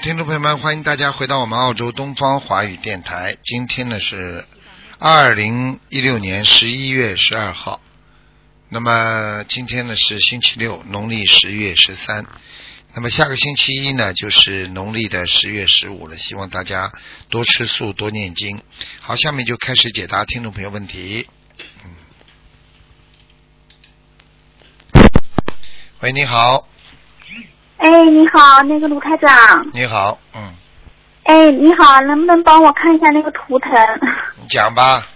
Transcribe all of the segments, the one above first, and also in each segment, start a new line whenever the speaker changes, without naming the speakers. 听众朋友们，欢迎大家回到我们澳洲东方华语电台。今天呢是二零一六年十一月十二号，那么今天呢是星期六，农历十月十三。那么下个星期一呢，就是农历的十月十五了。希望大家多吃素，多念经。好，下面就开始解答听众朋友问题。嗯，喂，你好，
哎，你好，那个卢台长。
你好，嗯，
哎，你好，能不能帮我看一下那个图 腾？
你讲吧。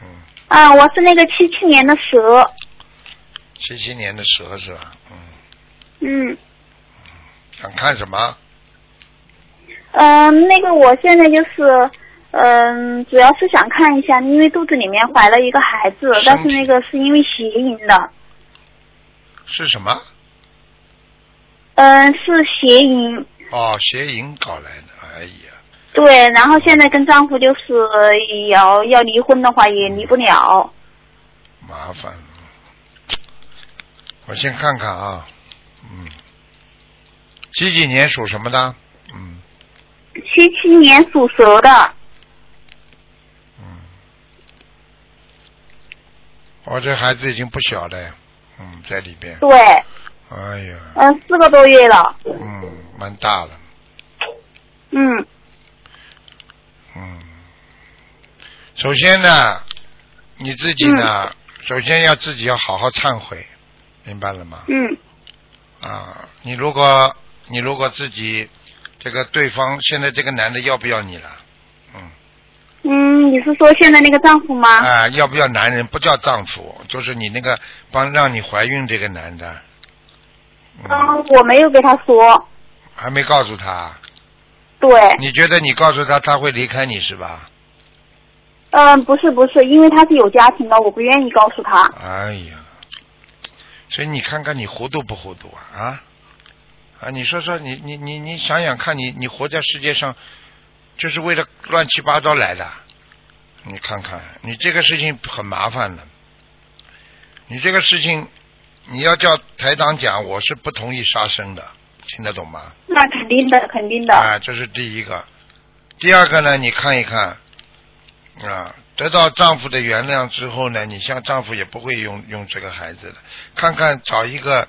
嗯，
啊，我是那个七七年的蛇。
七七年的蛇是吧？嗯，
嗯，
想看什么？
嗯、那个我现在就是，嗯、主要是想看一下，因为肚子里面怀了一个孩子
身体，
但是那个是因为邪淫的，
是什么？
嗯、是邪淫。
哦，邪淫搞来的。哎呀，
对，然后现在跟丈夫就是也要要离婚的话也离不了。
麻烦了。我先看看啊，嗯，几几年属什么的？嗯
七七年属蛇的，
嗯，我、哦这孩子已经不小了，嗯，在里边。
对，
哎呀，
嗯、四个多月了，
嗯，蛮大了，
嗯
嗯。首先呢，你自己呢，首先要自己要好好忏悔，明白了吗？
嗯。
啊，你如果你如果自己这个对方现在这个男的要不要你了？嗯
嗯，你是说现在那个丈夫吗？
啊，要不要男人不叫丈夫，就是你那个帮让你怀孕这个男的，嗯，
嗯，我没有给他说。
还没告诉他，
对，
你觉得你告诉他他会离开你是吧？
嗯，不是不是，因为他是有家庭的，我不愿意告诉他。
哎呀，所以你看看你糊涂不糊涂啊？啊啊，你说说你你你你想想看你你活在世界上，就是为了乱七八糟来的。你看看，你这个事情很麻烦的。你这个事情，你要叫台长讲，我是不同意杀生的，听得懂吗？
那肯定的，肯定的。
啊，这是第一个。第二个呢，你看一看，啊，得到丈夫的原谅之后呢，你像丈夫也不会用用这个孩子的。看看找一个，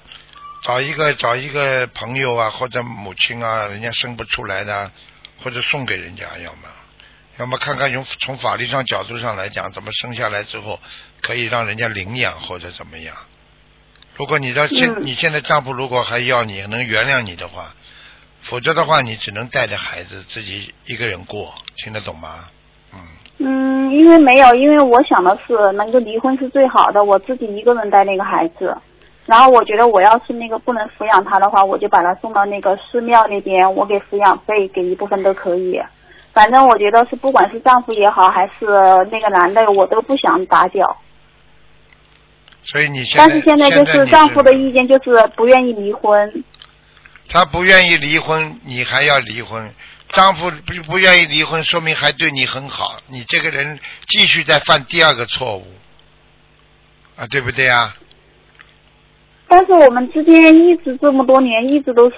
找一个找一个朋友啊，或者母亲啊，人家生不出来的啊，或者送给人家，要么，要么看看用从法律上角度上来讲，怎么生下来之后可以让人家领养或者怎么样。如果你的现、
嗯
你现在丈夫如果还要你，能原谅你的话，否则的话，你只能带着孩子自己一个人过，听得懂吗？嗯，
嗯，因为没有，因为我想的是能够离婚是最好的，我自己一个人带那个孩子。然后我觉得我要是那个不能抚养他的话，我就把他送到那个寺庙那边，我给抚养费给一部分都可以。反正我觉得是不管是丈夫也好，还是那个男的，我都不想打搅。
所以你现在
但是现在就是丈夫的意
见，
见就是不愿意离婚。
他不愿意离婚，你还要离婚。丈夫不不愿意离婚，说明还对你很好。你这个人继续在犯第二个错误，啊，对不对啊？
但是我们之间一直这么多年，一直都是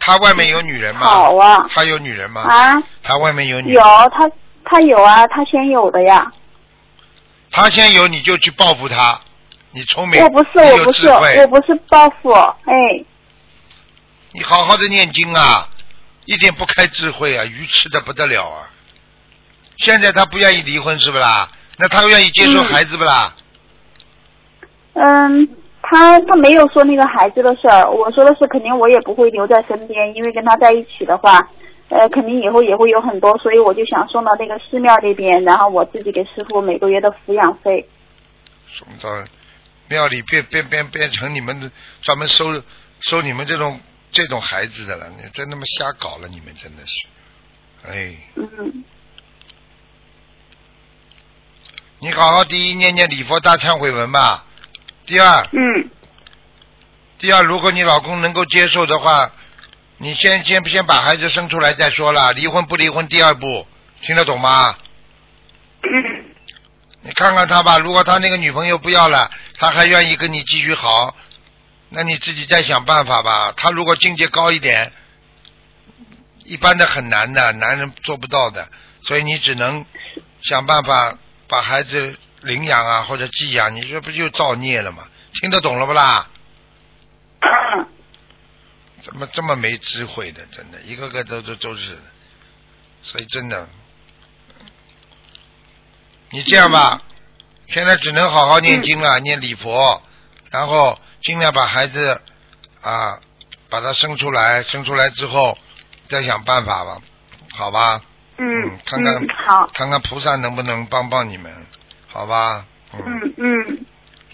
他外面有女人吗？
好啊
他有女人吗？
啊，
他外面有女
有
人，
他他有啊，他先有的呀。
他先有你就去报复他。你聪明，
我不是，
你
我
有
不
智
是，
慧
我不是报复，哎，
你好好的念经啊，一点不开智慧啊，愚痴的不得了啊！现在他不愿意离婚是不啦？那他愿意接受孩子不啦？
嗯，他他没有说那个孩子的事儿，我说的是肯定我也不会留在身边，因为跟他在一起的话，呃，肯定以后也会有很多，所以我就想送到那个寺庙那边，然后我自己给师傅每个月的抚养费。
什么到庙里变变变变成你们的专门收收你们这种这种孩子的了？你真他妈瞎搞了，你们真的是！哎，
嗯，
你好好第一念念礼佛大忏悔文吧，第二
嗯，
第二，如果你老公能够接受的话，你先先先把孩子生出来再说了，离婚不离婚第二步，听得懂吗？你看看他吧，如果他那个女朋友不要了，他还愿意跟你继续好，那你自己再想办法吧。他如果境界高一点，一般的很难的，男人做不到的，所以你只能想办法把孩子领养啊或者寄养，你这不就造孽了吗？听得懂了不啦？怎么这么没智慧的？真的，一个个都都都是，所以真的，你这样吧，现在只能好好念经
嗯
了，念礼佛，然后尽量把孩子啊，把他生出来，生出来之后再想办法吧，好吧？
嗯
嗯看看
嗯好，
看看菩萨能不能帮帮你们，好吧？嗯，
嗯嗯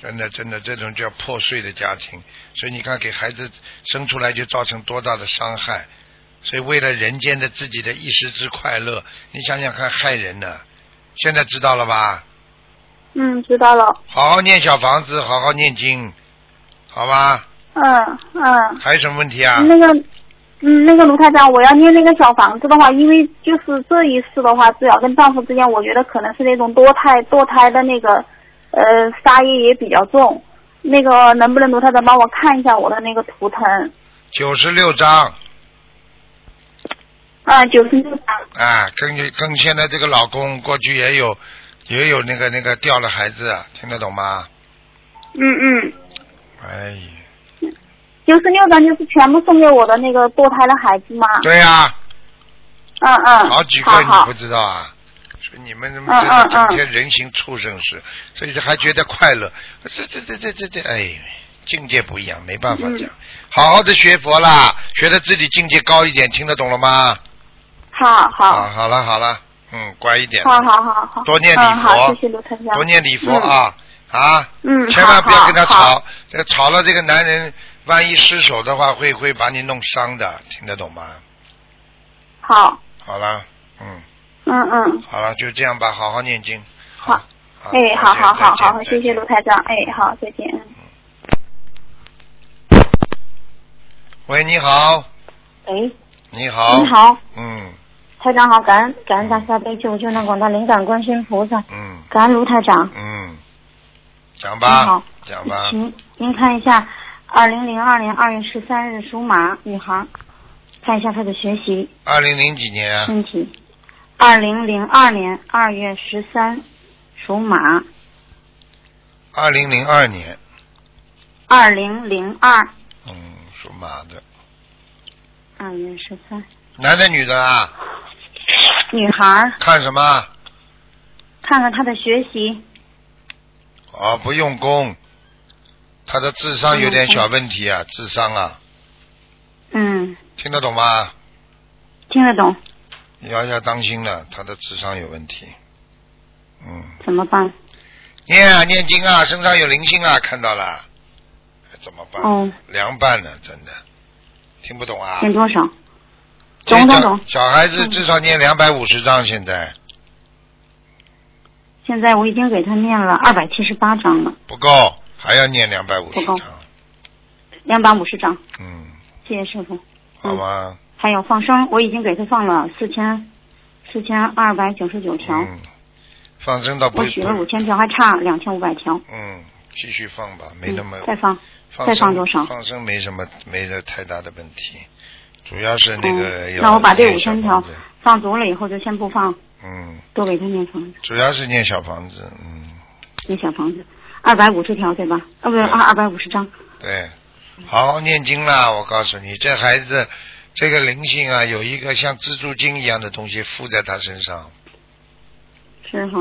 真的真的，这种叫破碎的家庭，所以你看给孩子生出来就造成多大的伤害，所以为了人间的自己的一时之快乐，你想想看害人呢。现在知道了吧？
嗯，知道了。
好好念小房子，好好念经，好吧？
嗯嗯。
还有什么问题啊？
那个，嗯，那个卢台长，我要念那个小房子的话，因为就是这一次的话，至少跟丈夫之间，我觉得可能是那种多胎堕胎的那个，呃，杀业也比较重。那个能不能卢台长帮我看一下我的那个图腾？
九十六章，
啊，九十六
啊，根据跟现在这个老公过去也有也有那个那个掉了孩子，啊听得懂吗？
嗯嗯，
哎呀，
九十六张就是全部送给我的那个堕胎的孩子吗？
对啊呀、
嗯嗯，
好几个
好
你
好
不知道啊？说你们怎
嗯
么
嗯
这整
嗯
天人形畜生似，所以还觉得快乐？这这这这这这，哎，境界不一样，没办法讲。
嗯
好好的学佛啦，学的自己境界高一点，听得懂了吗？
好
啊，
好
好了好了，嗯，乖一点，
好好好好，
多念礼
嗯好，
佛
谢谢卢台长
多。念礼佛啊啊！
嗯，
千万不要跟他
好。好好
吵，这个吵了这个男人万一失手的话，会会把你弄伤的，听得懂吗？
好，
好了，嗯，
嗯嗯。
好了，就这样吧，好好念经。
好，
啊好
哎，好好好好，谢谢卢。
再见再见
台长，哎，好，再见。嗯
喂，你好，
喂，
你好，
你，好，
嗯
哎台长好，感恩感恩大慈悲救救难广大灵感观世音菩萨，
嗯
感恩卢台长。
嗯，讲
你
吧
好，嗯
讲吧，
您您看一下，二零零二年二月十三日属马女孩，看一下她的学习
二零零几年啊，
问题。二零零二年二月十三属马，
二零零二年，
二零零二
嗯，属马的，
二月十三
男的女的啊？
女孩，
看什么？
看看她的学习，
哦，不用功，他的智商有点小问题啊，智商啊，
嗯，
听得懂吗？
听得懂，
你要要当心了，他的智商有问题。嗯，
怎么办？
念啊念经啊，身上有灵性啊，看到了，哎怎么办？
哦，
凉拌了，真的，听不懂啊？
念多少？懂懂懂。嗯
小孩子至少念两百五十章，现在
现在我已经给他念了二百七十八章了，
不够，还要念两百五十
不够
章。
两百五十章，
嗯，
谢谢师傅。
好吗？
还有放生，我已经给他放了四千四千二百九十九条，
嗯，放生倒不
我许了五千条，还差两千五百条，
嗯，继续放吧，没那么
嗯、再放。
放
再
生
放多少
放生没什么，没的太大的问题，主要是那个、
嗯
要
那我把这
念
五千
小
条
房子
放足了以后就先不放，
嗯，
多给他念房子，
主要是念小房子，嗯，
念小房子，二百五十条对吧？啊不对，
嗯
二二百五十张。
对，好好念经啦！我告诉你，这孩子这个灵性啊，有一个像蜘蛛精一样的东西附在他身上，
是哈，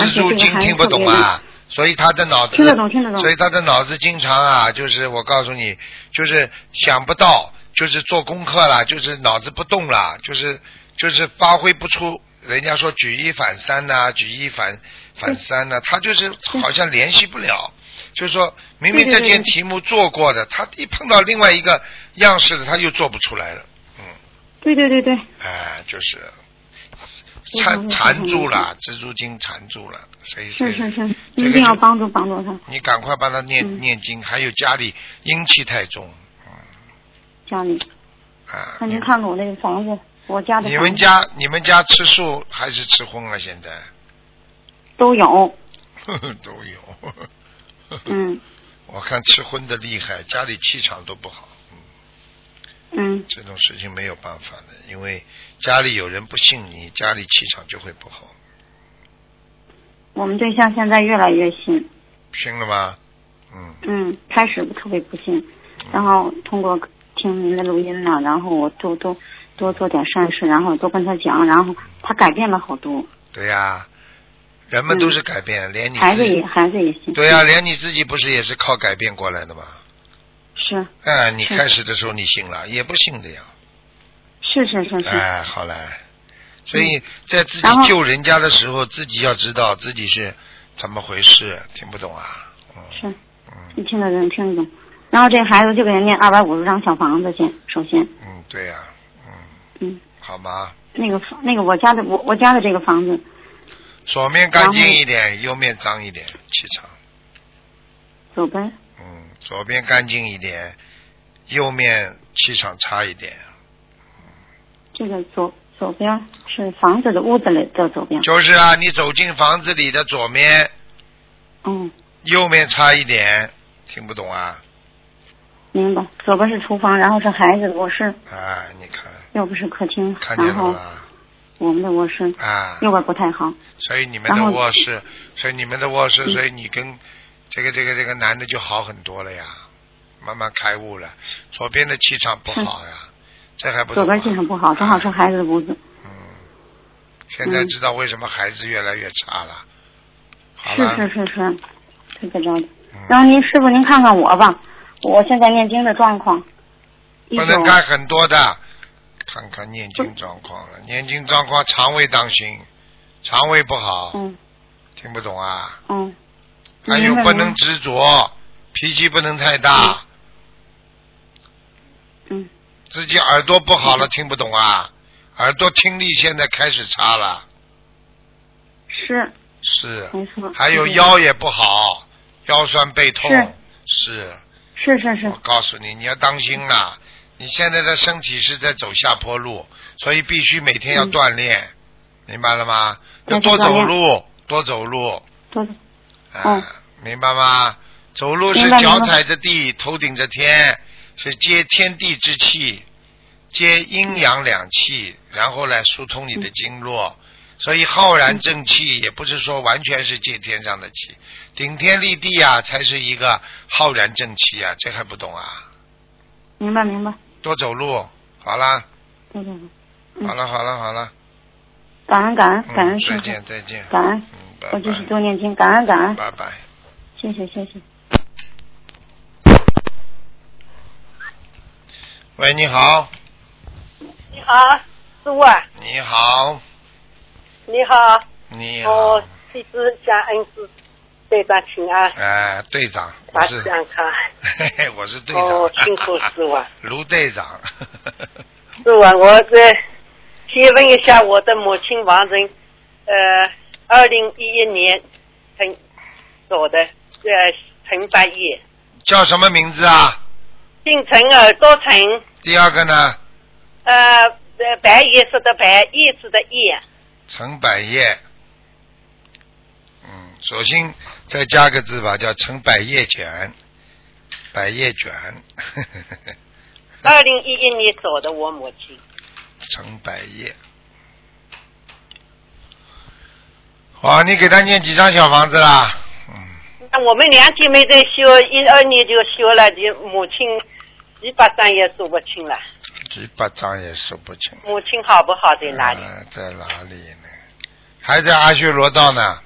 而
蜘
且
蛛
这个
精
孩子
听不
特
懂
别
啊，所以他的脑子
听得懂听得懂
所以他的脑子经常啊，就是我告诉你，就是想不到，就是做功课啦，就是脑子不动啦，就是就是发挥不出。人家说举一反三呐、举一反反三呐、他就是好像联系不了。就是说明明
对对
这
对
件
对
题目做过的，他一碰到另外一个样式的，他又做不出来了。
对对对对，
哎，就是
非常
缠
非常
缠
理
住
解
了，蜘蛛精缠住了，所以
是是是，
这
一
个
定要
就
帮助帮助他
你赶快帮他念、
嗯
念经，还有家里阴气太重
家里。
啊。
那您
你
看看我那个房子，我家的
你
房
们
子
家你们家吃素还是吃荤啊？现在
都有，
都有。
嗯。
我看吃荤的厉害，家里气场都不好。
嗯
这种事情没有办法的，因为家里有人不信你，家里气场就会不好。
我们对象现在越来越信，
信了吧？嗯，
嗯，开始特别不信，然后通过听您的录音呢，然后我多多多做点善事，然后多跟他讲，然后他改变了好多，
对呀、人们都是改变，连你
嗯孩
自
子
己
也，孩子也信，
嗯对呀、连你自己不是也是靠改变过来的吗？
是
哎，你
是
开始的时候你信了，也不信的呀。
是是是是，
哎，好嘞。所以在自
然
己
后
救人家的时候，自己要知道自己是怎么回事，听不懂啊？嗯
是
嗯
你听得懂听得懂，然后这孩子就给人念二百五十张小房子去，首先，
嗯，对呀、嗯，
嗯，
好吧，
那个房那个我家的我我家的这个房子
左面干净
然后
一点，右面脏一点，气场。
左边
嗯，左边干净一点，右面气场差一点，
这个左左边是房子的屋子里的左边，
就是啊，你走进房子里的左面、
嗯，
右面差一点，听不懂啊？
明白，左边是厨房，然后是孩子的卧室，
啊，你看，
右边是客厅
看，见
然
了
后
吧？
我们的卧室，
啊，
右边不太好，
所以你们
然
的
后
卧室，所以你们的卧室，
嗯
所以你跟这个这个这个男的就好很多了呀，慢慢开悟了。左边的气场不好呀，这还不懂
左
啊
边气场不好，正好是孩子的屋子，
嗯，现在
嗯
知道为什么孩子越来越差了。好
是
了，
是是是，特别着急。然
嗯，
后您师傅您看看我吧，我现在念经的状况，一
不
种
能看很多的，看看念经状况了。念经状况，肠胃当心，肠胃不好，
嗯
听不懂啊？
嗯，
还有
明白
不
明白
能执着，脾气不能太大。
嗯
自己耳朵不好了，听不懂啊，耳朵听力现在开始差了，
是
是，
没错，
嗯还有
是
腰也不好，腰酸背痛，是，
是是是
我告诉你，你要当心啦，你现在的身体是在走下坡路，所以必须每天要
嗯
锻炼，明白了吗？
要
要多
多锻
走
炼
路，多走路，
多
啊，
嗯
明白吗？走路是
明白
脚
明白
踩着地，头顶着天，是接天地之气，接阴阳两气，然后来疏通你的经络。所以浩然正气也不是说完全是借天上的气，顶天立地啊，才是一个浩然正气啊，这还不懂啊？
明白明白，
多走路，好啦，
对对对，嗯
好了，好了，好了，
感恩感恩
嗯
感恩，师
再
傅，
见，再见，
感恩，
嗯，拜
我继续
拜，
多念经，感恩感恩，
拜拜。
谢谢谢谢，
喂，你好，
你好，师傅啊，
你好，
你好，
你好
哦
我，弟子感恩师队长请啊安，
哎，队长，我
法
是
喜安康。
嘿嘿，我是队长。
哦，辛苦师傅啊，
卢队长。
师傅啊，我这先问一下我的母亲王仁，呃，二零一一年承走的，呃，承发业，
叫什么名字啊？
姓陈耳朵陈，
第二个呢？
呃，呃白叶色的白，叶子的叶，
陈百叶。嗯，首先再加个字吧，叫陈百叶卷，百叶卷。
二零一一年走的我母亲，
陈百叶。好，你给他念几张小房子啦？嗯，
那我们两姐妹在修，一二年就修了，就母亲一百三也说不清了。
几百张也说不清。
母亲好不好在哪里？
呃在哪里呢？还在阿修罗道呢。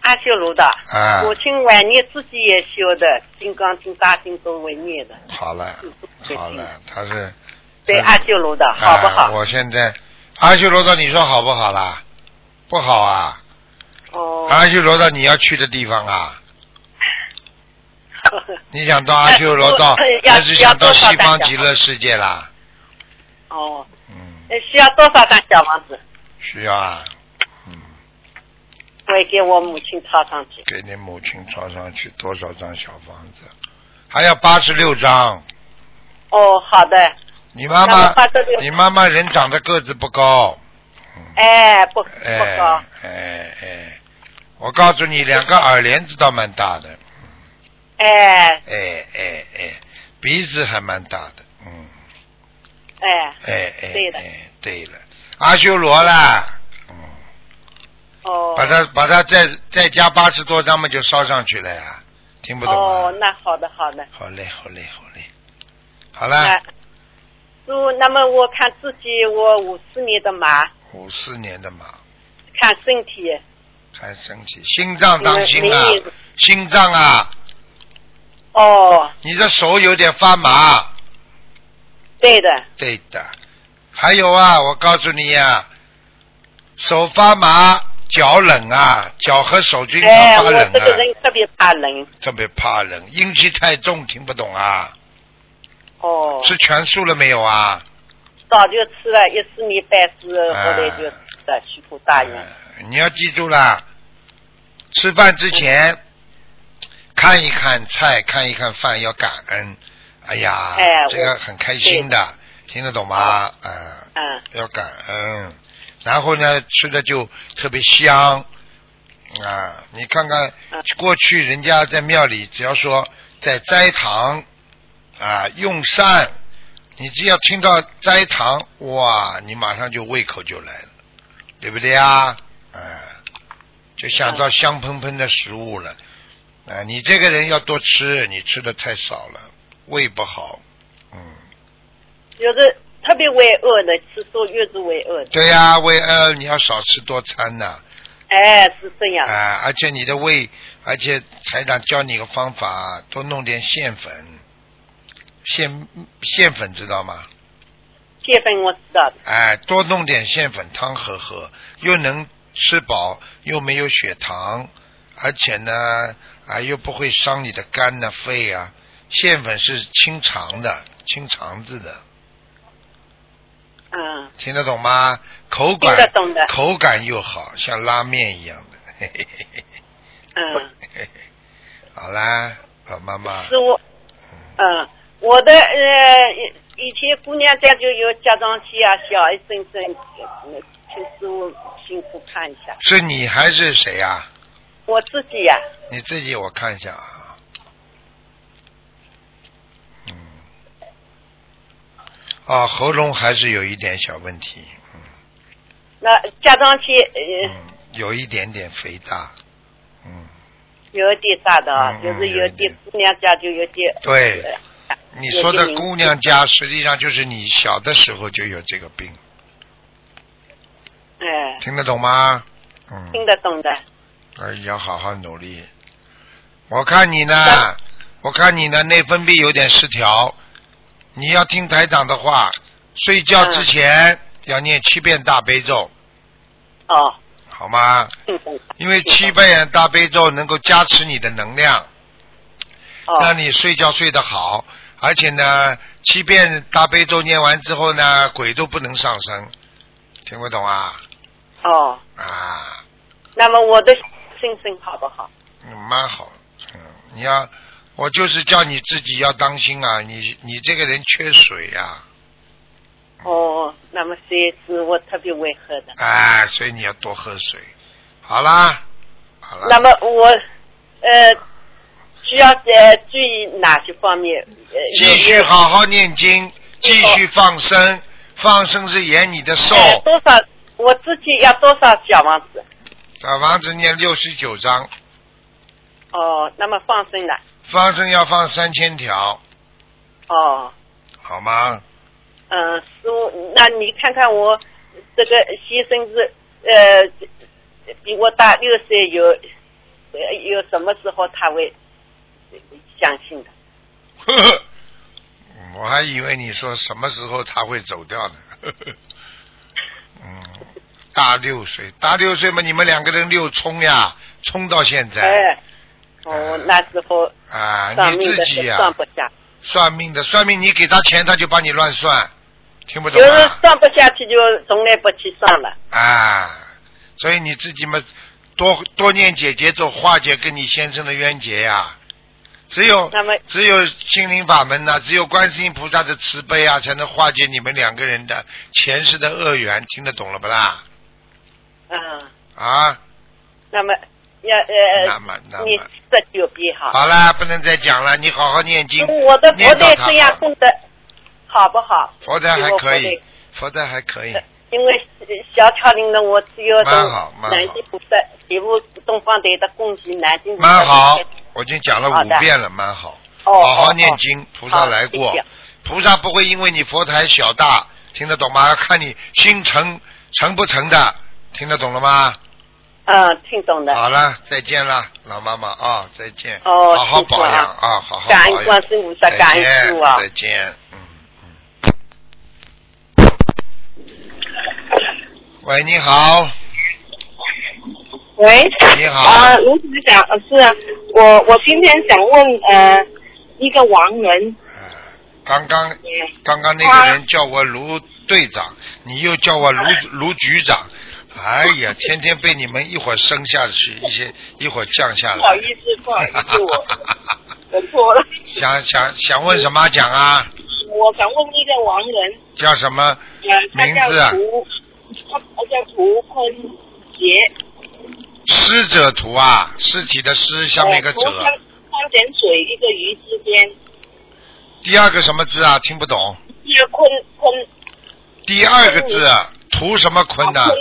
阿修罗道。
啊。
母亲晚年自己也修的《金刚经》《大经》都为念的，
好了，好了，他是
在
嗯
阿修罗道，好不
啊
好？
我现在阿修罗道，你说好不好啦？不好啊！
哦，
阿修罗道你要去的地方 啊，你想到阿修罗道
哎，要
那是想到西方极乐世界啦。
哦，
嗯，
呃需要多少张小房子？
需要啊，嗯，
我也给我母亲抄上去。
给你母亲抄上去多少张小房子？还要八十六张。
哦，好的。
你妈
那
妈
么86，
你妈妈人长得个子不高，
哎，不
哎
不
哦
高，
哎哎，我告诉你，两个耳帘子倒蛮大的，
哎，
哎哎哎，鼻子还蛮大的，嗯，
哎，
哎哎，
对的
哎，对了，阿修罗啦，嗯，
哦，
把它把它再再加八十多张嘛，就烧上去了呀，听不懂啊？
哦，那好的好的，
好嘞，好嘞，好嘞，好
那
啦，
就那么我看自己，我五四年的马，
五四年的马，
看身体，
看身体，心脏当心啊
明明，
心脏啊，
哦，
你的手有点发麻，
对的，
对的。还有啊，我告诉你呀、手发麻，脚冷啊，脚和手经常
哎，
发
我
冷
这
啊
个，人特别怕冷，
特别怕冷，阴气太重，听不懂啊。
哦，
吃全素了没有啊？
早就吃了一四年半是，后
哎
来就吃了去过大院，
呃你要记住啦，吃饭之
嗯
前看一看菜，看一看饭，要感恩。哎呀，
哎
这个很开心的，听得懂吗？啊、
嗯，
要感恩。然后呢，吃的就特别香啊！你看看
嗯
过去人家在庙里，只要说在斋堂啊用膳，你只要听到斋堂，哇，你马上就胃口就来了，对不对啊？啊，就想到香喷喷的食物了。啊，你这个人要多吃，你吃的太少了，胃不好。嗯。
就是特别为饿的，吃素越是为饿的，
对呀、胃饿你要少吃多餐呐、
哎，是这
啊，
样，
而且你的胃，而且台长教你个方法，多弄点淀粉，淀淀粉知道吗？
这份我知道的，
哎，多弄点淀粉汤喝喝，又能吃饱，又没有血糖，而且呢，啊，又不会伤你的肝呐、肺啊。淀粉是清肠的，清肠子的，
嗯，
听得懂吗？口
听得
感
懂的，
口感又好，像拉面一样的。嘿嘿嘿嘿
嗯。
好啦，老妈妈，
是我，嗯，我的呃，以以前姑娘家就有家长期啊，小一阵阵，呃请师傅辛苦看一下。
是你还是谁呀、
我自己呀、
你自己我看一下啊。嗯，啊，喉咙还是有一点小问题，
那家长期呃
嗯，有一点点肥大，嗯，
有点大的啊
嗯，嗯
就是有
有点
点姑娘家就有点。
对
呃。
你说的姑娘家实际上就是你小的时候就有这个病，
哎，
听得懂吗？嗯，
听得懂的。
而哎要好好努力。我看你呢
但，
我看你呢，内分泌有点失调。你要听台长的话，睡觉之前要念七遍大悲咒，
嗯哦，
好吗？
听懂的。
因为七
听懂
遍大悲咒能够加持你的能量，
哦
让你睡觉睡得好。而且呢，七遍大悲咒念完之后呢，鬼都不能上身，听不懂啊？
哦，
啊，
那么我的心情好不好？
嗯，蛮好。嗯，你要，我就是叫你自己要当心啊！你你这个人缺水啊呀、
哦，那么水是我特别会喝的。
哎，所以你要多喝水。好啦，好啦。
那么我呃需要呃注意哪些方面？呃，
继续
有
好好念经，
嗯
继续放生，放生是延你的寿
没有。呃多少？我自己要多少小房子？
小啊房子念六十九章，
哦，那么放生了。
放生要放三千条，
哦，
好吗？
嗯、师傅，那你看看我这个先生是呃比我大六岁有，呃有什么时候他会呃相信的？
呵呵， 我还以为你说什么时候他会走掉呢。 呵呵嗯，大六岁，大六岁嘛，你们两个人六冲呀，冲到现在
哎，哦，那时候
嗯啊，
算
你
命
自
的
己
是
呀、
算不下，
算命的，算命你给他钱他就帮你乱算，听不
就
懂
是
啊？
算不下去就从来不去算了。
啊，所以你自己嘛，多多念姐姐咒，化解跟你先生的冤结呀、只有
那么
只有心灵法门呐、只有观世音菩萨的慈悲啊，才能化解你们两个人的前世的恶缘，听得懂了不啦？
嗯，
啊，
那么要
那
呃，
么那
你
么，
这就比好。
好啦，不能再讲了，你好好念经，
我的
念
我
到
在
他
这样
好
功德好不好？
佛台还可
对我
以，佛台还可以，
因为呃小巧玲呢，我只有从
蛮好蛮好
南京菩萨礼部东方台的供给南京菩萨
蛮 好。我已经讲了
好的
五遍了，蛮好。
哦，
好好
哦
念
哦
经，菩萨来过
谢谢，
菩萨不会因为你佛台小大，听得懂吗？要看你心诚诚不诚的，听得懂了吗？
嗯，听懂的。
好了，再见了，老妈妈啊、再见。
哦
好好
辛苦
保养
啊
啊，好好保
感恩
养。
观世音菩萨
再
感恩
见
师父啊
再见，嗯嗯。喂，你好，
喂，
你好
呃，卢局长，呃是啊我，我今天想问呃一个亡人，
刚刚
嗯
刚刚那个人叫我卢队长，你又叫我
啊
卢卢局长，哎 呀，天天被你们一会儿升下去，一些一会儿降下来。
不好意思，不好意 思，我我错了，
想想想问什么讲啊？
我想问一个亡人，
叫什么？
呃，他
名
叫
字啊
涂，他他叫涂坤杰，
尸者图啊，尸体的尸下面一个啊
呃涂三
者，
三点水一个鱼之间，
第二个什么字啊？听不懂。
一个坤坤
第二个字啊图什么坤呢
啊？坤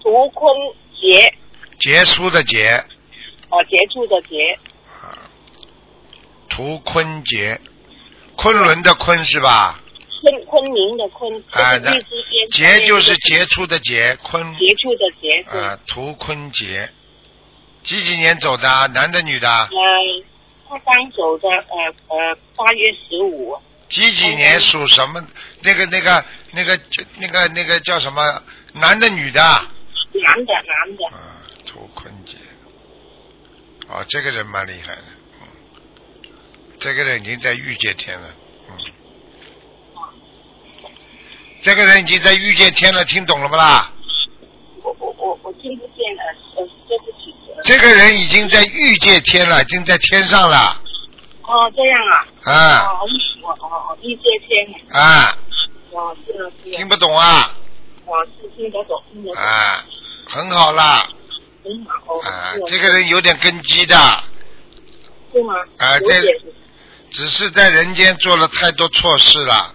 涂坤杰，
杰出的杰，
哦，杰出的杰，
图坤杰，昆仑的昆是吧？
昆昆明的昆，
啊
这个
那
玉之间，
杰就是杰出的杰，昆
杰出的杰，对。
啊，涂坤杰，几几年走的啊？男的女的啊？
呃，他刚走的，呃呃，八月十五，
几几年属什么？那个那个那个就那个那个叫什么？男的女的啊？
男的男的，
啊，涂坤杰。哦，这个人蛮厉害的，嗯，这个人已经在御界天了，嗯，
嗯
这个人已经在御界天了，听懂了不啦？
我我我我听不见，呃呃，对不起，呃
这个人已经在御界天了，已经在天上了，
哦，这样啊，
啊
哦，我哦哦，一接天，
啊，
哦，是啊是啊
听，不懂啊
哦是听得懂听得懂，
啊，很好啦，
很好，哦
啊，这
是啊
个人有点根基的，
是吗？
啊
有点，
只是在人间做了太多错事了，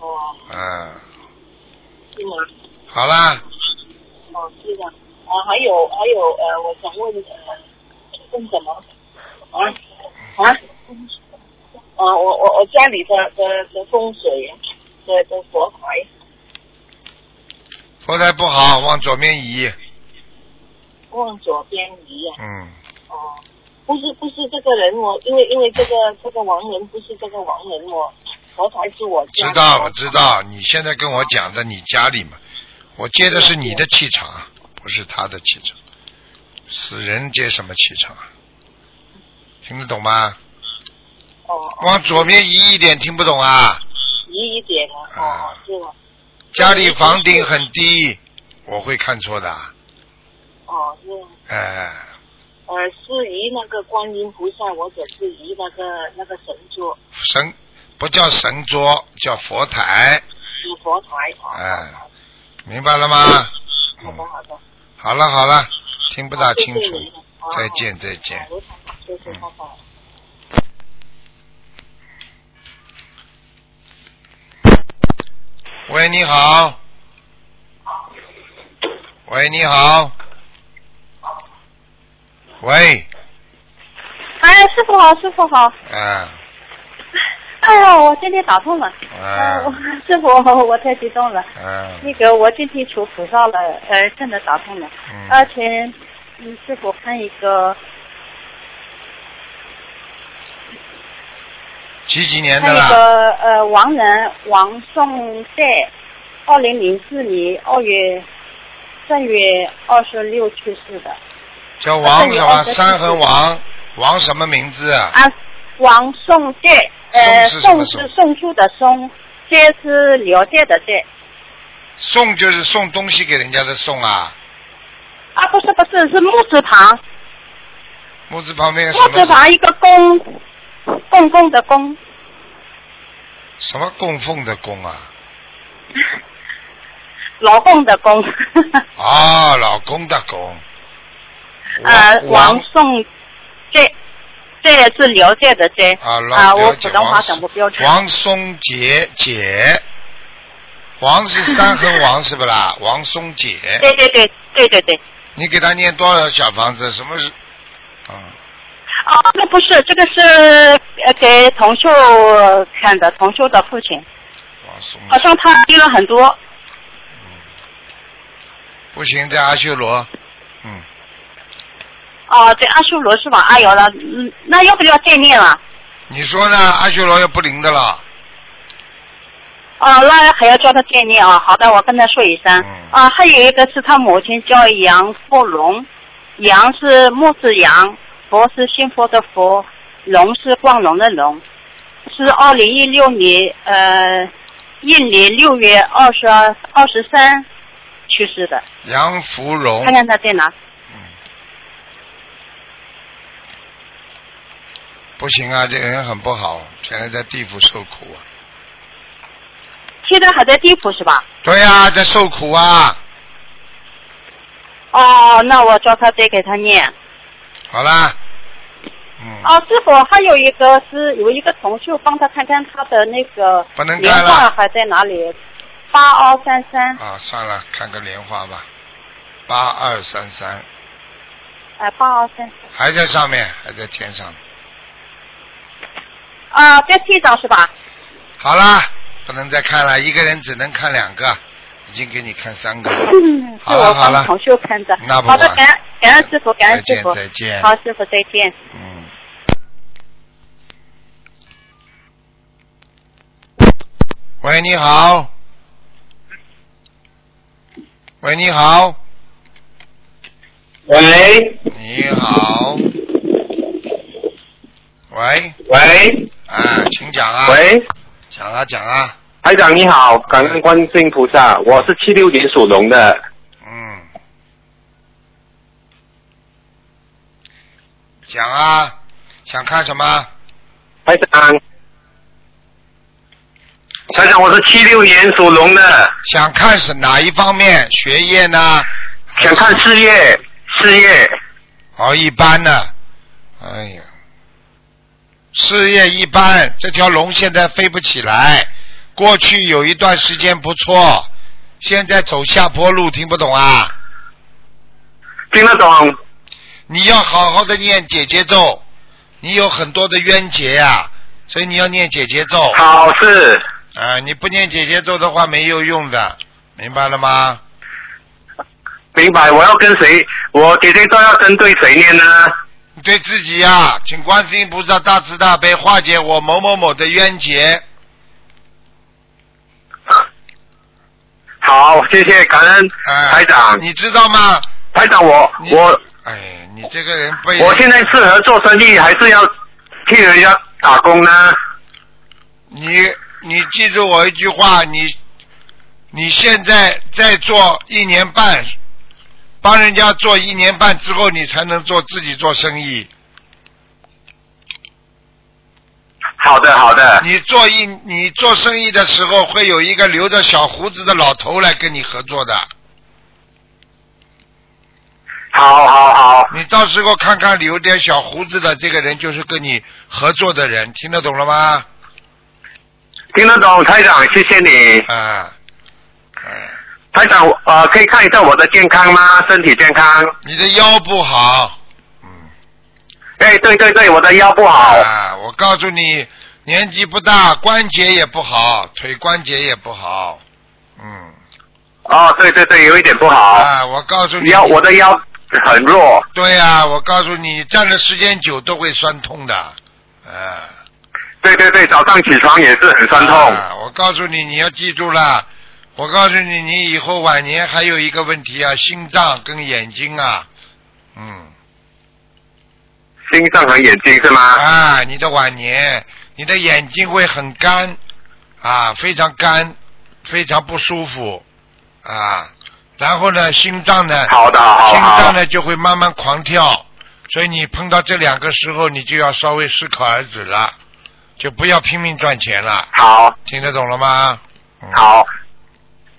哦
啊，
是吗？
好啦，
哦是的，啊还有还有呃，我想问呃，问什么？啊啊？啊，我我我家里的的的风水的的佛牌
佛台不好，往左面移，
往左边移啊，
嗯。
哦，不是不是这个人我，因为因为这个这个亡人不是这个亡人我，佛牌是我家
知
的
道，我知道，你现在跟我讲的你家里嘛，我接的是你的气场，啊不是他的气场。死人接什么气场啊？听得懂吗？
哦，
往左面移一点，听不懂啊？
移一点啊，哦
啊
哦是吗？
家里房顶很低，我会看错的啊。
哦是吗，
哎，
呃是移那个观音菩萨或者是移那个那个神座
神不叫神桌，叫佛台，
是佛牌哦，
哎，明白了吗？
好的
嗯，
好的，
好了好了，听不大
谢
清
谢
楚
你。哦
再见再见。
好好谢谢
嗯
拜拜。
喂，你好。喂，你好。喂，
哎，师傅好，师傅好。
啊
哎呀，我今天打通了。
啊
我 师傅，我太激动了。
啊，
那个，我今天求菩萨了，呃，真的打通了。而
嗯，
且，嗯，师傅看一个，
几几年的
看一
啦？
个呃，王人王颂在，二零零四年二月正月二十六去世的。
叫王什么？
二十四
三横王，王什么名字啊？
啊，王颂在，呃，
宋
宋
是什么
是
宋
宋初的宋，在是了解的在。
送就是送东西给人家的送啊，
啊，不是不是，是木字旁。
木字旁边有什
木字
么？
旁一个公，公公的公，
什么供奉的供啊？
老公的公，
啊，老公的公。
呃，王
王
颂在，
这也是了解的这
啊，老
啊，我
了
普
解
通话
王
讲不标准。
王松杰姐，王是三横王是 不啦？王松杰，
对对对对对对。
你给他念多少小房子？什么是？啊，
哦，那不是，这个是呃给同修看的，同修的父亲，
王松
好像他丢了很多。
不行，在阿修罗，嗯，
哦，对，阿修罗是吧？哎呦了，嗯，那要不要再念了？
你说呢？阿修罗又不灵的了，
哦，那还要叫他再念啊。好的，我跟他说一声。
嗯
啊，还有一个是他母亲叫杨佛龙，杨是木字杨，佛是信佛的佛，龙是光荣的龙，是二零一六年呃一年六月二十二二十三去世的。
杨芙蓉
看，看他在哪。
不行啊，这个人很不好，现在在地府受苦啊。
现在还在地府是吧？
对呀、在受苦啊。
哦，那我叫他再给他念。
好啦，嗯，
哦，师傅，还有一个是有一个同学帮他看看他的那个
不能
年
看
画
了
还在哪里？八二三三，
啊，算了，看个莲花吧，八二三三
哎，八二三
还在上面，还在天上。
啊，在地上是吧？
好啦，不能再看了，一个人只能看两个，已经给你看三个了。
嗯，是
好了
我
好了
帮同学看着。
那不
好的，
管
感恩感恩师傅，感
哎
再
恩师
见
傅，
再见。
好，师傅再见。
嗯。喂，你好。喂，你好。
喂
你好。喂，
喂
啊，请讲啊。。
喂，
讲啊讲啊，
台长你好，感恩观世音菩萨，我是七六年属龙的，
嗯。讲啊，想看什么？
台长，台长我是七六年属龙的，
想看是哪一方面？学业呢？
想看事业，事业
哦，一般呢。哎呀，事业一般，这条龙现在飞不起来。过去有一段时间不错，现在走下坡路，听不懂啊？
听得懂？
你要好好的念姐姐咒，你有很多的冤结呀、所以你要念姐姐咒。啊、
好事，
你不念姐姐咒的话没有用的，明白了吗？
明白？我要跟谁？我姐姐都要针对谁念呢？
你对自己呀、请观世音菩萨大慈大悲化解我某某某的冤结。
好，谢谢感恩
哎，
台长，
你知道吗？
台长我
你
我
哎，你这个人被
我现在适合做生意，还是要替人家打工呢？
你你记住我一句话，你你现在再做一年半，帮人家做一年半之后，你才能做自己做生意。
好的，好的，
你做一你做生意的时候，会有一个留着小胡子的老头来跟你合作的。
好好好，
你到时候看看留点小胡子的这个人，就是跟你合作的人，听得懂了吗？
听得懂，台长，谢谢你，
啊，嗯，
台长，呃，可以看一下我的健康吗？身体健康？
你的腰不好，嗯。
哎，对对对，我的腰不好，
啊，我告诉你，年纪不大，关节也不好，腿关节也不好。嗯，
哦，对对对，有一点不好，
啊，我告诉你，
腰我的腰很弱，
对啊，我告诉你，站的时间久都会酸痛的。啊，
对对对，早上起床也是很酸痛，
啊。我告诉你，你要记住了。我告诉你，你以后晚年还有一个问题啊，心脏跟眼睛啊，嗯，
心脏和眼睛是吗？
啊，你的晚年，你的眼睛会很干，啊，非常干，非常不舒服，啊，然后呢，心脏呢，
好的，好
心脏
好，
呢就会慢慢狂跳，所以你碰到这两个时候，你就要稍微适可而止了，就不要拼命赚钱了，
好，
听得懂了吗？嗯、，
好，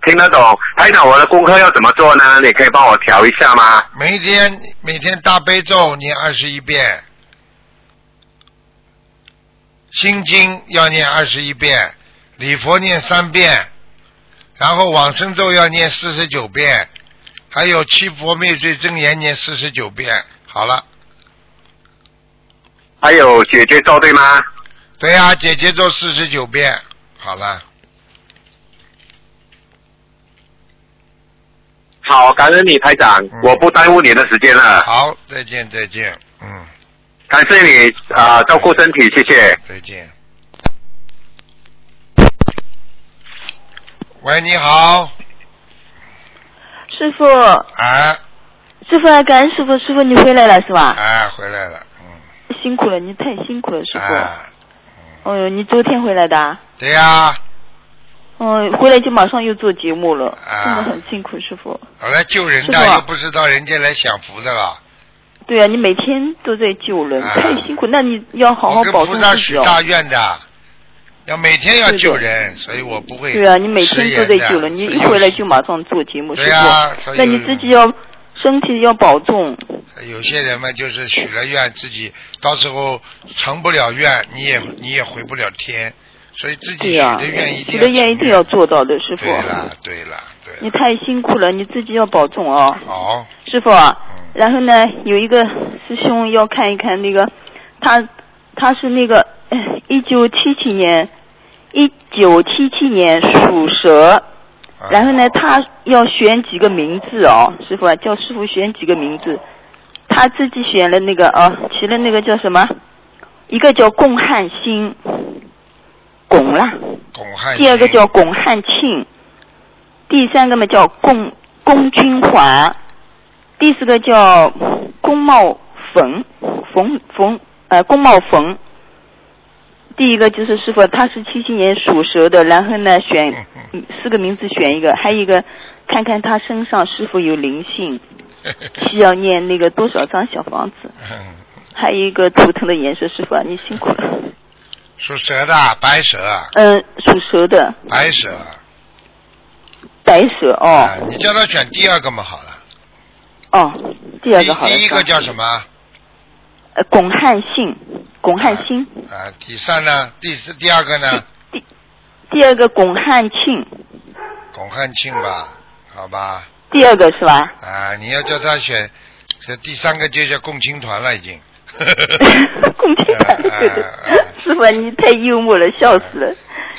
听得懂，台长，我的功课要怎么做呢？你可以帮我调一下吗？
每天每天大悲咒念二十一遍，心经要念二十一遍，礼佛念三遍，然后往生咒要念四十九遍，还有七佛灭罪真言念四十九遍。好了，
还有姐姐咒对吗？
对呀、姐姐咒四十九遍。好了，
好，感恩你台长，我不耽误你的时间了，
嗯好，再见，再见，嗯，
感谢你啊、照顾身体，谢谢。
再见。喂，你好，
师傅，
哎
师傅，感恩师傅，师傅你回来了是吧？
哎，回来了，
辛苦了，你太辛苦了，师傅。
哎，
哦呦，你昨天回来的啊？
对呀、
嗯，回来就马上又做节目了，
啊
真的很辛苦，师傅。
我来救人
师
的，
傅啊
又不知道人家来享福的了。
对啊，你每天都在救人，太辛苦，那你要好好
啊我跟
保
菩
重
萨
自
许
己哦。
大愿的，要每天要救人，所以我不会。
对啊，你每天都在救人，你一回来就马上做节目，师
对啊
傅
所。以
那你自己要身体要保重，
有些人嘛，就是许了愿，自己到时候成不了愿，你也你也回不了天，所以自己
对
许
啊呀
的愿一，
许
定要
的愿一定要做到的，师傅。
对了，对了，对了，
你太辛苦了，你自己要保重哦。
好，
师傅啊，然后呢，有一个师兄要看一看那个，他他是那个一九七七年，一九七七年属蛇，然后呢，他要选几个名字哦，师傅啊，叫师傅选几个名字，他自己选了那个哦，起了那个叫什么？一个叫龚汉兴，龚啦，
巩汉
第二个
卿
叫龚汉庆，第三个嘛叫龚龚君华，第四个叫龚茂冯冯冯呃龚茂冯。第一个就是师傅，他是七七年属蛇的，然后呢选嗯四个名字选一个，还有一个看看他身上是否有灵性， 需要念那个多少张小房子，还有一个图腾的颜色，师傅啊你辛苦了。
属蛇的，白蛇，啊
嗯，属蛇的
白蛇，
白蛇哦
啊，你叫他选第二个嘛，好了，
哦，第二个好了。
第一个叫什么？
呃，巩汉信，巩汉兴，
啊，第三呢？第四第二个 呢？
第二个巩汉庆，
巩汉庆吧，好吧，
第二个是吧？
啊，你要叫他选，这第三个就叫共青团了，已 经。
共青团，
哎
对对， 师傅你太幽默了，笑死了。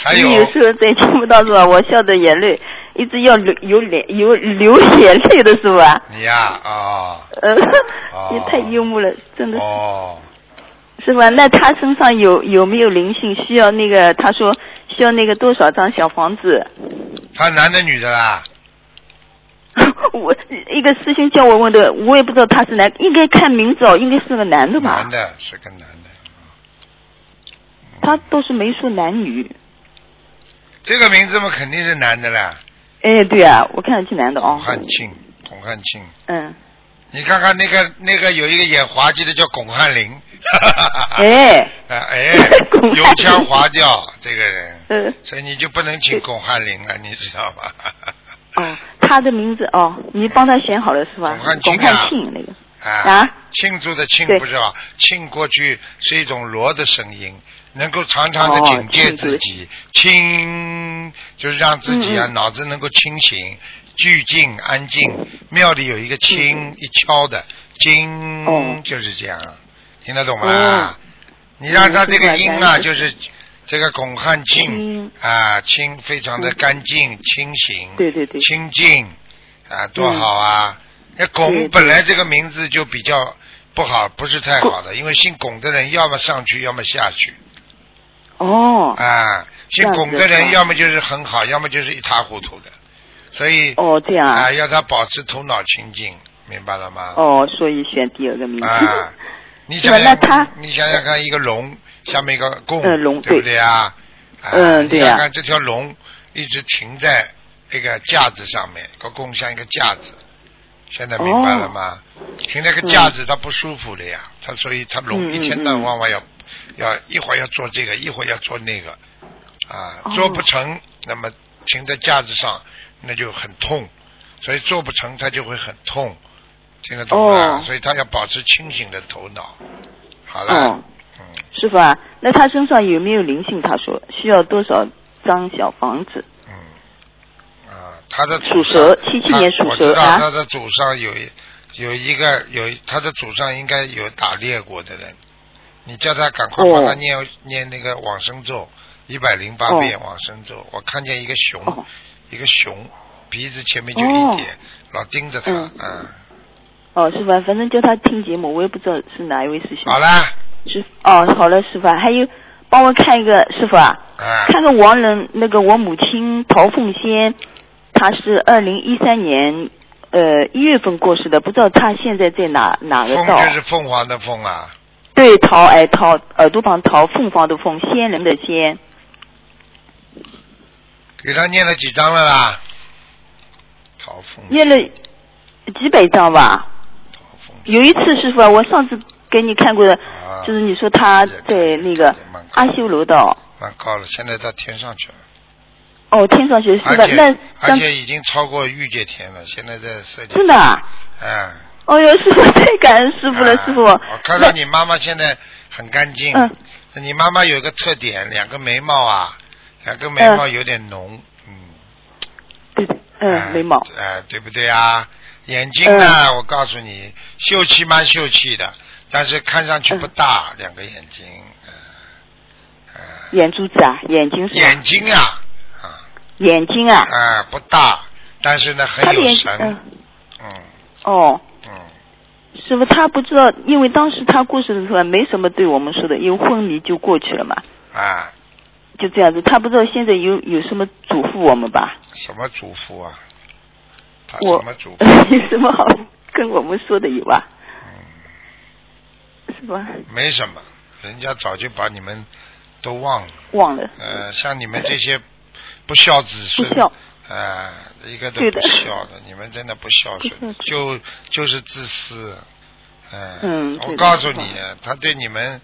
还
你
有
有时候在节目当中啊，我笑的眼泪一直要流有脸有流眼泪的是吧？
你呀，啊，
呃，
哦
你太幽默了，真的是。
哦，
是吧？那他身上有有没有灵性？需要那个他说需要那个多少张小房子？
他男的女的啦？
我一个师兄叫我问的，我也不知道他是男，应该看名字哦，应该是个男的吧？
男的，是个男的。
他都是没说男女。
这个名字嘛，肯定是男的啦。
哎，对啊，我看得见男的哦
巩。汉庆，巩汉庆，
嗯，
你看看那个那个有一个演滑稽的叫巩汉林，
哎，
啊 哎，油腔滑调这个人，
嗯，
所以你就不能请巩汉林了，你知道吧？
哦，他的名字哦，你帮他选好了是吧？
庆
龚
啊
汉庆那个。
啊
啊，
庆祝的庆
对
不是吧？庆过去是一种锣的声音，能够常常的
哦
警戒自己，清就是让自己啊
嗯嗯
脑子能够清醒、聚静、安静。庙里有一个
嗯
清一敲
哦
的经，就是这样，听得懂吗
哦？
你让他这个音啊，
嗯
就是这个巩汉庆
清
啊，清非常的干净、清醒。
嗯对对对。
清净啊，多
嗯
好啊！那
对
巩
对
本来这个名字就比较不好，不是太好的，因为姓巩的人要么上去，要么下去
哦。
啊。
这
姓
样子
巩的
是
人
吧
要么就是很好，要么就是一塌糊涂的，所以
哦，这样
啊，要他保持头脑清净，明白了吗？
哦，所以选第二个名字。
啊，你
是
想
吧
想
那他，
你想想看，一个龙下面一个供，
啊呃龙
对不
对
对啊？啊
嗯
你
对
想
呀
想看这条龙一直停在这个架子上面，个供像一个架子，现在明白了吗？
哦
停在个架子，它不舒服的呀，它所以它龙
嗯嗯
一天到晚晚要要一会儿要做这个，一会儿要做那个，啊，
哦
做不成，那么停在架子上，那就很痛，所以做不成它就会很痛，听得懂吗？
哦
所以他要保持清醒的头脑。好了，
哦，师傅啊，那他身上有没有灵性？他说需要多少张小房子？
他的
属蛇77年属
他我
蛇
知道
啊
他的祖上有一有一个有一他的祖上应该有打猎过的人，你叫他赶快
哦
帮他念、念那个往生咒，一百零八
哦
遍往生咒。我看见一个熊，一个熊鼻子前面就
哦
一点，老盯着他，
嗯
嗯
哦，师傅啊，反正叫他听节目，我也不知道是哪一位师兄。
好啦，
师哦，好了，师傅啊，还有帮我看一个师傅啊，
啊
看个亡人，那个我母亲陶凤仙，她是二零一三年呃一月份过世的，不知道她现在在哪哪个
啊凤
道？
就是凤凰的凤啊，
对，陶哎陶耳朵旁陶凤凰的凤，仙人的仙，
给他念了几张了啦？陶凤
念了几百张吧。有一次师傅啊，我上次给你看过的，
啊，
就是你说他在那个阿修罗道。
蛮高了，现在到天上去了。
哦，听上去是
而
的，
且
那
而
张
且已经超过御界天了，现在在设计。
真的啊！
哎，
哦呦，师傅太感恩师傅了，师傅。
我啊哦看到你妈妈现在很干净。
嗯。
你妈妈有一个特点，两个眉毛啊，两个眉毛有点浓。嗯
嗯，眉毛。嗯
哎，对不对啊？眼睛呢，我告诉你，秀气蛮秀气的，但是看上
嗯
去不大，两个眼睛。
眼珠子啊，眼睛是吧？
眼睛啊，
眼睛啊，
哎，不大，但是呢，很
他的
有
眼睛，
神。
嗯，
嗯
哦，
嗯。
师傅他不知道，因为当时他过世的时候啊没什么对我们说的，因为昏迷就过去了嘛，
啊，
就这样子。他不知道现在有有什么嘱咐我们吧？
什么嘱咐啊？他
我
什么 嘱咐？
有什么好跟我们说的有吧？啊是吧？
嗯没什么，人家早就把你们都忘了。
忘了。
呃，像你们这些不孝子孙，
不孝
啊，一个都
对
不
的
孝的，你们真的不孝
不孝
顺
子，
就就是自私。啊
嗯对
我
的
告诉你
是，
他对你们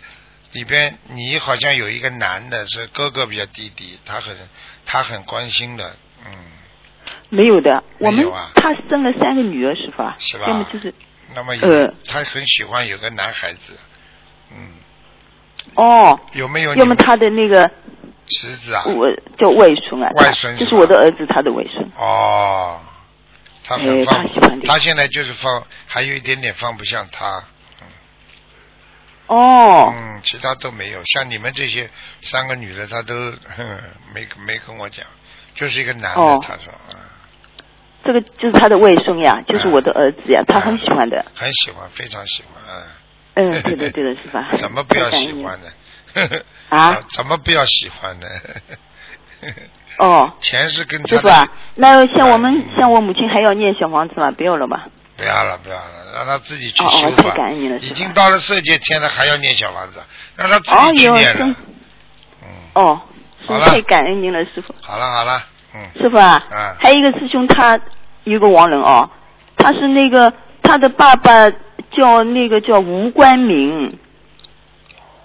里边，你好像有一个男的是哥哥比较弟弟，他很他很关心的，嗯，
没有的，我
没
们
有啊
他生了三个女儿，师傅啊，
是吧
要么就是
那么有、
呃
他很喜欢有个男孩子，嗯，
哦，
有没有你
要么
们
他的那个
侄子啊？
我叫外孙啊，
外孙是吧
就是我的儿子，他的外孙。
哦，他很
哎
放，
他喜欢这个
他现在就是放，还有一点点放不像他。
哦，
嗯，其他都没有，像你们这些三个女的，她都 哼没没跟我讲，就是一个男的，
哦
她说啊，
这个就是他的外孙
嗯
呀，就是我的儿子呀，他很喜欢的。
很喜欢，非常喜欢，嗯、
嗯， 对的，对的，师傅啊。
怎么不要
太感
喜
恩你
欢呢？呵呵
啊？
怎么不要喜欢呢？
哦，
钱是跟他
师傅
的
啊，那像我
嗯
们像我母亲还要念小房子吗？不要了吧？
不要了，不要了，让他自己去
哦哦
修
太
吧。
感恩你了师
已
傅
经到了色界天了，还要念小房子，让他
哦
自己去
哟
念了。嗯
真哦，师
好
傅
了
太感恩您了，师傅。
好了好了，嗯，
师傅啊，
啊，
还有一个师兄他有个亡人哦，他是那个他的爸爸叫那个叫吴关明，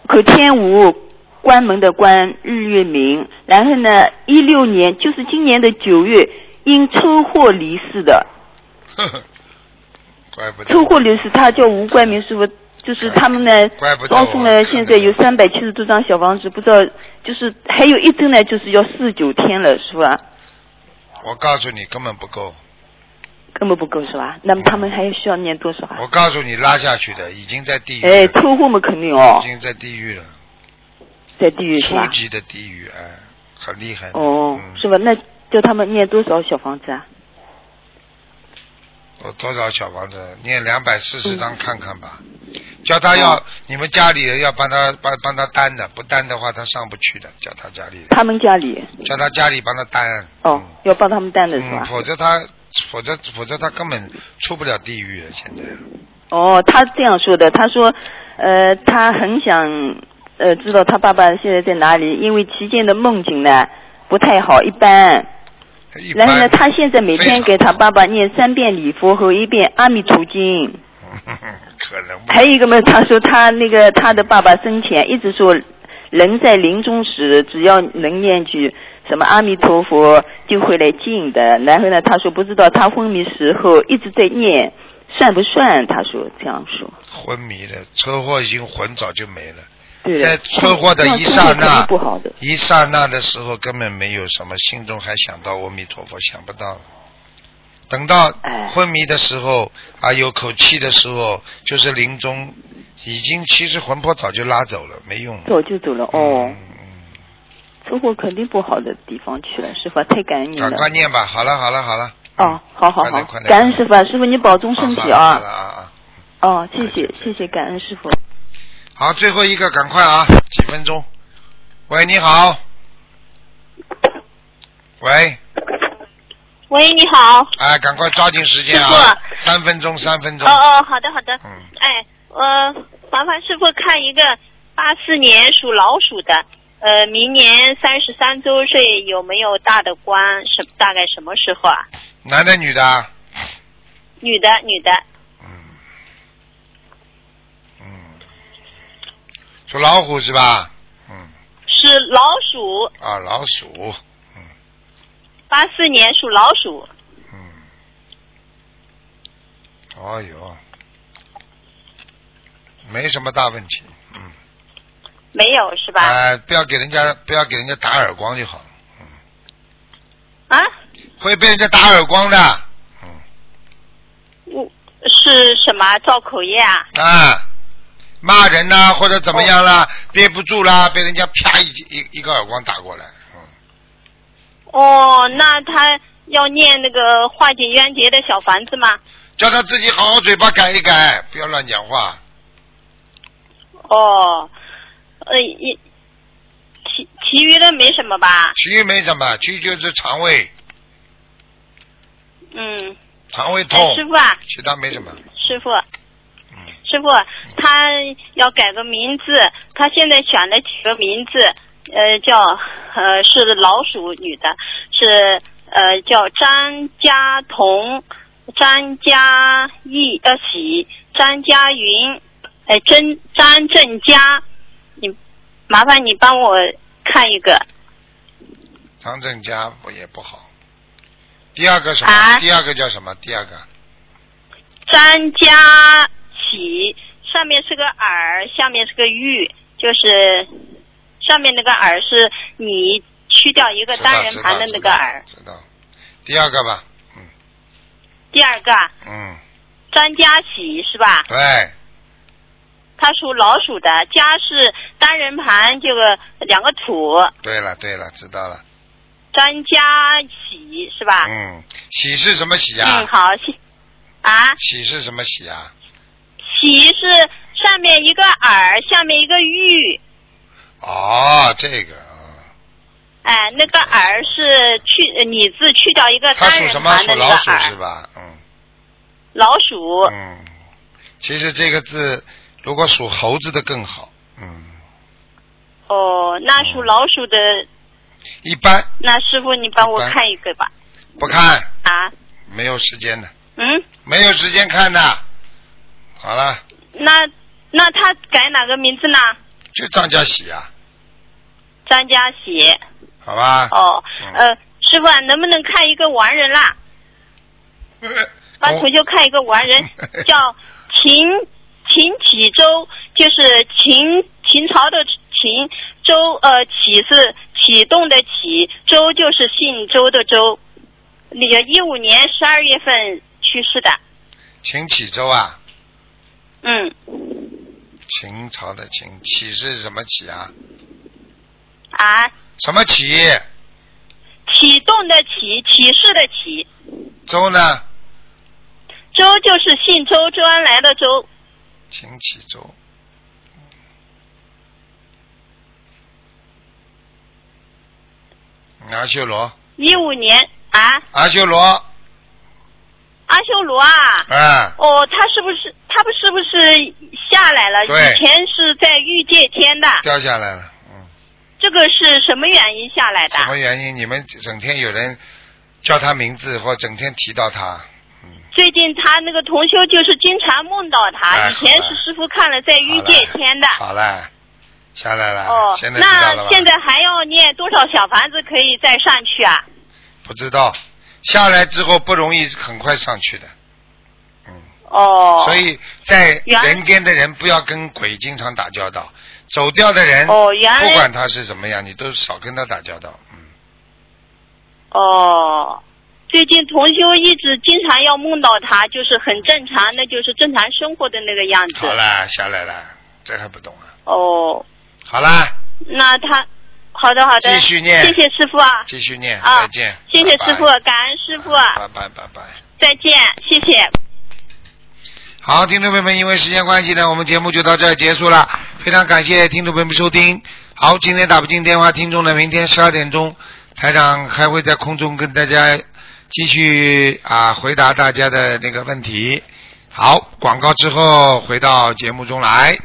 口天吴，关门的关，日月明。然后呢，一六年就是今年的九月，因车祸离世的。
呵 呵，怪不得
车祸流逝，他叫吴冠明师傅，就是他们呢
怪不，得
装送
我
呢，现在有三百七十多张小房子，不知道就是还有一周呢，就是要四九天了，啊是吧？
我告诉你，根本不够。
根本不够是吧？那么他们还需要念多少啊？
我告诉你，拉下去的已经在地狱了，
哎，车祸嘛肯定哦
已，经在地狱了，
在地狱是
初
吧？
级的地狱，哎，很厉害的。
哦，
嗯
是吧？那叫他们念多少小房子啊？
我多少小房子？念两百四
嗯
十张看看吧，叫他要、
哦
你们家里人要帮他帮帮他担的，不担的话他上不去的，叫他家里人，
他们家里
叫他家里帮他担，
哦，要帮他们担的是
嗯
吧
嗯，？否则他否则否则他根本出不了地狱了，现在。
哦，他这样说的，他说，呃，他很想呃知道他爸爸现在在哪里，因为期间的梦境呢不太好，一般。
一
然后呢，
般
他现在每
非
天
常
给他爸爸念三遍礼佛和一遍阿弥陀经。
可能
还有一个嘛，他说他那个他的爸爸生前一直说，人在临终时只要能念句什么阿弥陀佛就会来敬的。然后呢，他说不知道他昏迷时候一直在念，算不算？他说这样说。
昏迷了，车祸已经魂早就没了，
对的
在车祸的一刹
那那身体肯
那
定不好的，
一刹那的时候根本没有什么，心中还想到阿弥陀佛，想不到了。等到
哎
昏迷的时候啊，有口气的时候，就是临终，已经其实魂魄早就拉走了，没用了。
走就走了哦。
嗯
车祸肯定不好的地方去了，师傅啊太感恩您了
赶。快念吧，好了好了好了，
哦，好好好
快点快，点
感恩师傅啊，师傅你保重身
好
体
了好
啊
了。啊啊！
哦，谢谢谢谢，感恩师傅。
好，最后一个赶快啊，几分钟。喂，你好。喂，
喂，你好，
哎，赶快抓紧时间啊，三分钟，三分
哦
钟。
哦，好的好的，哎，呃，麻烦师傅看一个八四年属老鼠的，呃，明年三十三周岁有没有大的关？什大概什么时候啊？
男的女的啊？
女的女的，
嗯属老虎是吧？
是老鼠，
啊，老鼠，
八四年属老鼠，
嗯哎呦，没什么大问题。
没有是吧？
哎，不要给人家不要给人家打耳光就好了。
啊？
会被人家打耳光的
我是什么造口业啊？
啊，骂人呐、或者怎么样
哦
啦，憋不住啦，被人家啪一一一个耳光打过来。嗯
哦，那他要念那个化解冤结的小房子吗？
叫他自己好好嘴巴改一改，不要乱讲话。
哦，呃，一其其余的没什么吧？
其余没什么，其余就是肠胃
嗯，
肠胃
哎
痛，
师傅啊，
其他没什么。
师傅，师傅，他要改个名字，他现在选了几个名字，呃，叫呃是老鼠女的，是呃叫张佳彤、张佳义呃喜、张佳云，哎、真张正佳，你麻烦你帮我看一个
张正佳不也不好。第二个什么？
啊
第二个叫什么？第二个
张佳喜，上面是个耳，下面是个玉，就是上面那个耳是你去掉一个单人旁的那个耳。
知道？第二个吧，
第二个啊
嗯，
张佳喜是吧？
对，
它属老鼠的，家是单人旁，这个两个土，
对了，对了，知道了。
张佳喜是吧？
嗯，喜是什么喜呀、
嗯，好，喜啊，
喜是什么喜呀、
喜是上面一个耳，下面一个玉，
哦，这个
哎，那个耳是去你字去掉一个
它
单
属
人
什么？
旁
属
的那
老
个
鼠
耳。
是吧？嗯，
老鼠。
嗯，其实这个字如果属猴子的更好，嗯，
哦，那属老鼠的，
一般
那师傅你帮我看一个吧。
不看，
啊，
没有时间的，
嗯，
没有时间看的。好了，
那那他改哪个名字呢？
就张家喜呀、
张家喜。
好吧？
哦，呃，师傅啊，能不能看一个完人啦？帮同修看一个完人，叫秦秦启周，就是秦秦朝的秦，周呃启是启动的启，周就是姓周的周。那个一五年十二月份去世的，
秦启周啊，
嗯
秦朝的秦，启是什么启啊？
啊，
什么启？
启动的启，启示的启，
周呢？
周就是姓周，周恩来的周。
秦启周。阿修罗，
一五年啊，
阿修罗，
阿修罗啊，
啊，
哦，他是不是他不是不是下来了？
对
以前是在欲界天的，
掉下来了。
这个是什么原因下来的
什？么原因？你们整天有人叫他名字，或整天提到他，
啊最近他那个同修就是经常梦到他，
哎
以前是师傅看了在欲界天的。
好了，下来了，
哦，
现在知道了
那
吧？
现在还要念多少小房子可以再上去啊？
不知道，下来之后不容易很快上去的，
哦，
哦所以在人间的人不要跟鬼经常打交道，走掉的人，
哦原来
不管他是怎么样，你都少跟他打交道。
哦，最近同修一直经常要梦到他，就是很正常，那就是正常生活的那个样子
好。啦，下来啦，这还不懂啊？
哦，
好啦，
那他，好的好的，
继续念
谢谢师傅啊，
继续念，
啊
再见。
谢谢师傅
拜，
感恩师傅，啊
拜，拜拜拜拜。
再见，谢谢。
好，听众朋友们，因为时间关系呢，我们节目就到这儿结束了。非常感谢听众朋友们收听。好，今天打不进电话，听众呢，明天十二点钟，台长还会在空中跟大家继续啊回答大家的那个问题。好，广告之后回到节目中来。